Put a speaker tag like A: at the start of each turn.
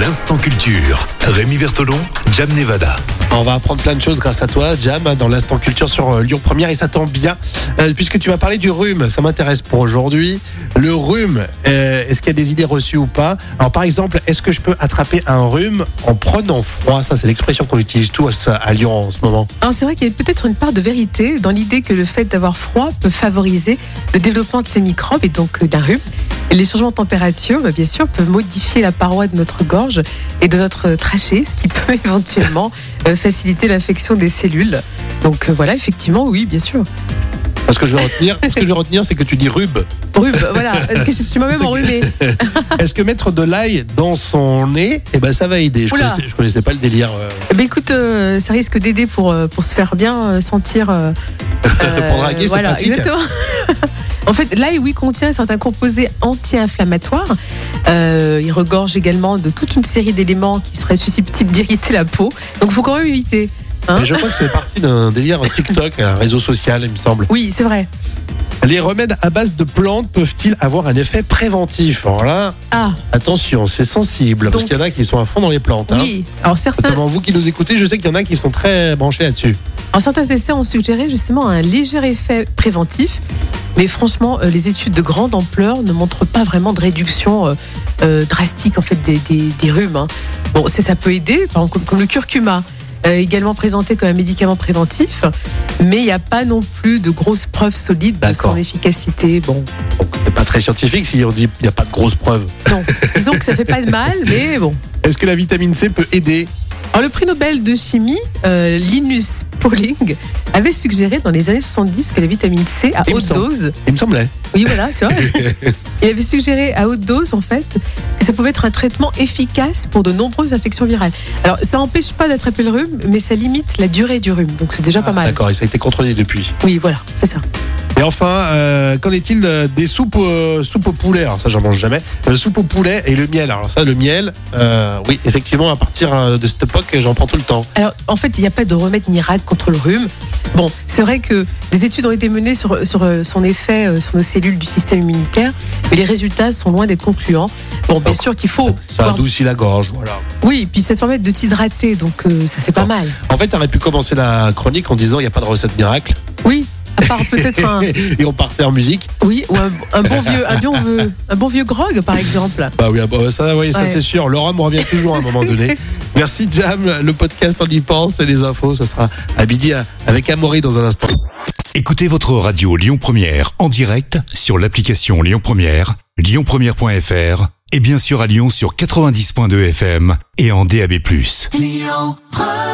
A: L'instant culture. Rémi Bertolon, Jam Nevada.
B: On va apprendre plein de choses grâce à toi, Jam, dans l'instant culture sur euh, Lyon Première et ça tombe bien euh, puisque tu vas parler du rhume. Ça m'intéresse pour aujourd'hui. Le rhume, euh, est-ce qu'il y a des idées reçues ou pas Alors par exemple, est-ce que je peux attraper un rhume en prenant froid Ça, c'est l'expression qu'on utilise tous euh, à Lyon en ce moment.
C: Alors Hein, c'est vrai qu'il y a peut-être une part de vérité dans l'idée que le fait d'avoir froid peut favoriser le développement de ces microbes et donc euh, d'un rhume. Et les changements de température, bah, bien sûr, peuvent modifier la paroi de notre gorge et de notre euh, trachée, ce qui peut éventuellement euh, faciliter l'infection des cellules. Donc euh, voilà, effectivement, oui, bien sûr.
B: Ce que je vais retenir, ce que je vais retenir, c'est que tu dis rhum.
C: Rhume, voilà, parce que je suis moi-même enrhumée.
B: Est-ce que mettre de l'ail dans son nez, eh ben ça va aider. Je
C: Oula.
B: connaissais, je connaissais pas le délire. euh,
C: Eh ben, écoute, euh, ça risque d'aider pour, euh, pour se faire bien euh, sentir. euh,
B: Pour draguer, c'est
C: voilà,
B: pratique.
C: exactement. En fait, l'ail, oui, contient certains composés anti-inflammatoires. Euh, il regorge également de toute une série d'éléments qui seraient susceptibles d'irriter la peau. Donc, il faut quand même éviter. Hein
B: mais je crois que c'est parti d'un délire TikTok, un réseau social, il me semble.
C: Oui, c'est vrai.
B: Les remèdes à base de plantes peuvent-ils avoir un effet préventif Alors là,
C: Ah,
B: Attention, c'est sensible, parce
C: Donc,
B: qu'il y en a qui sont à fond dans les plantes. hein.
C: oui. Alors, certains,
B: Notamment vous qui nous écoutez, je sais qu'il y en a qui sont très branchés là-dessus.
C: alors, certains essais ont suggéré justement un léger effet préventif. Mais franchement, euh, les études de grande ampleur ne montrent pas vraiment de réduction euh, euh, drastique en fait des, des, des rhumes. hein. Bon, ça, ça peut aider, par exemple, comme, comme le curcuma, euh, également présenté comme un médicament préventif, mais il n'y a pas non plus de grosses preuves solides de
B: D'accord.
C: son efficacité. Bon,
B: Bon, c'est pas très scientifique si on dit qu'il n'y a pas de grosses preuves.
C: non, disons que ça fait pas de mal, mais bon.
B: Est-ce que la vitamine C peut aider
C: Alors, le prix Nobel de chimie, euh, Linus Pauling, avait suggéré dans les années 70 que la vitamine C à
B: Il me
C: haute
B: semble.
C: dose,
B: Il me semblait.
C: oui voilà, tu vois, il avait suggéré à haute dose en fait que ça pouvait être un traitement efficace pour de nombreuses infections virales. Alors, ça n'empêche pas d'attraper le rhume, mais ça limite la durée du rhume, donc c'est déjà pas
B: Ah,
C: mal.
B: D'accord, et ça a été contrôlé depuis.
C: Oui, voilà, c'est ça.
B: Et enfin, euh, qu'en est-il de- des soupes, euh, soupes au poulet Alors ça, j'en mange jamais. Euh, soupe au poulet et le miel. Alors ça, le miel, euh, oui, effectivement, à partir euh, de cette époque, j'en prends tout le temps.
C: Alors, en fait, il n'y a pas de remède miracle contre le rhume. Bon, c'est vrai que des études ont été menées sur, sur euh, son effet euh, sur nos cellules du système immunitaire, mais les résultats sont loin d'être concluants. Bon, bien
B: Donc,
C: sûr qu'il faut.
B: Ah, Ça
C: boire-
B: adoucit la gorge, voilà.
C: Oui, et puis ça te permet de t'hydrater, donc euh, ça fait pas
B: Bon.
C: mal.
B: En fait, t'aurais pu commencer la chronique en disant il n'y a pas de recette miracle.
C: Oui, à part peut-être un,
B: et on partait en musique.
C: oui, ou un, un bon vieux, un bon, vieux- un bon vieux grog, par exemple.
B: Bah oui, ah bah ça, oui, ça
C: Ouais.
B: c'est sûr. Le rhum revient toujours à un moment donné. Merci Jam, le podcast on y pense et les infos, ça sera à midi à- avec Amaury dans un instant.
A: Écoutez votre radio Lyon Première en direct sur l'application Lyon Première, lyonpremière.fr et bien sûr à Lyon sur 90.2 FM et en DAB+.
D: Lyon Première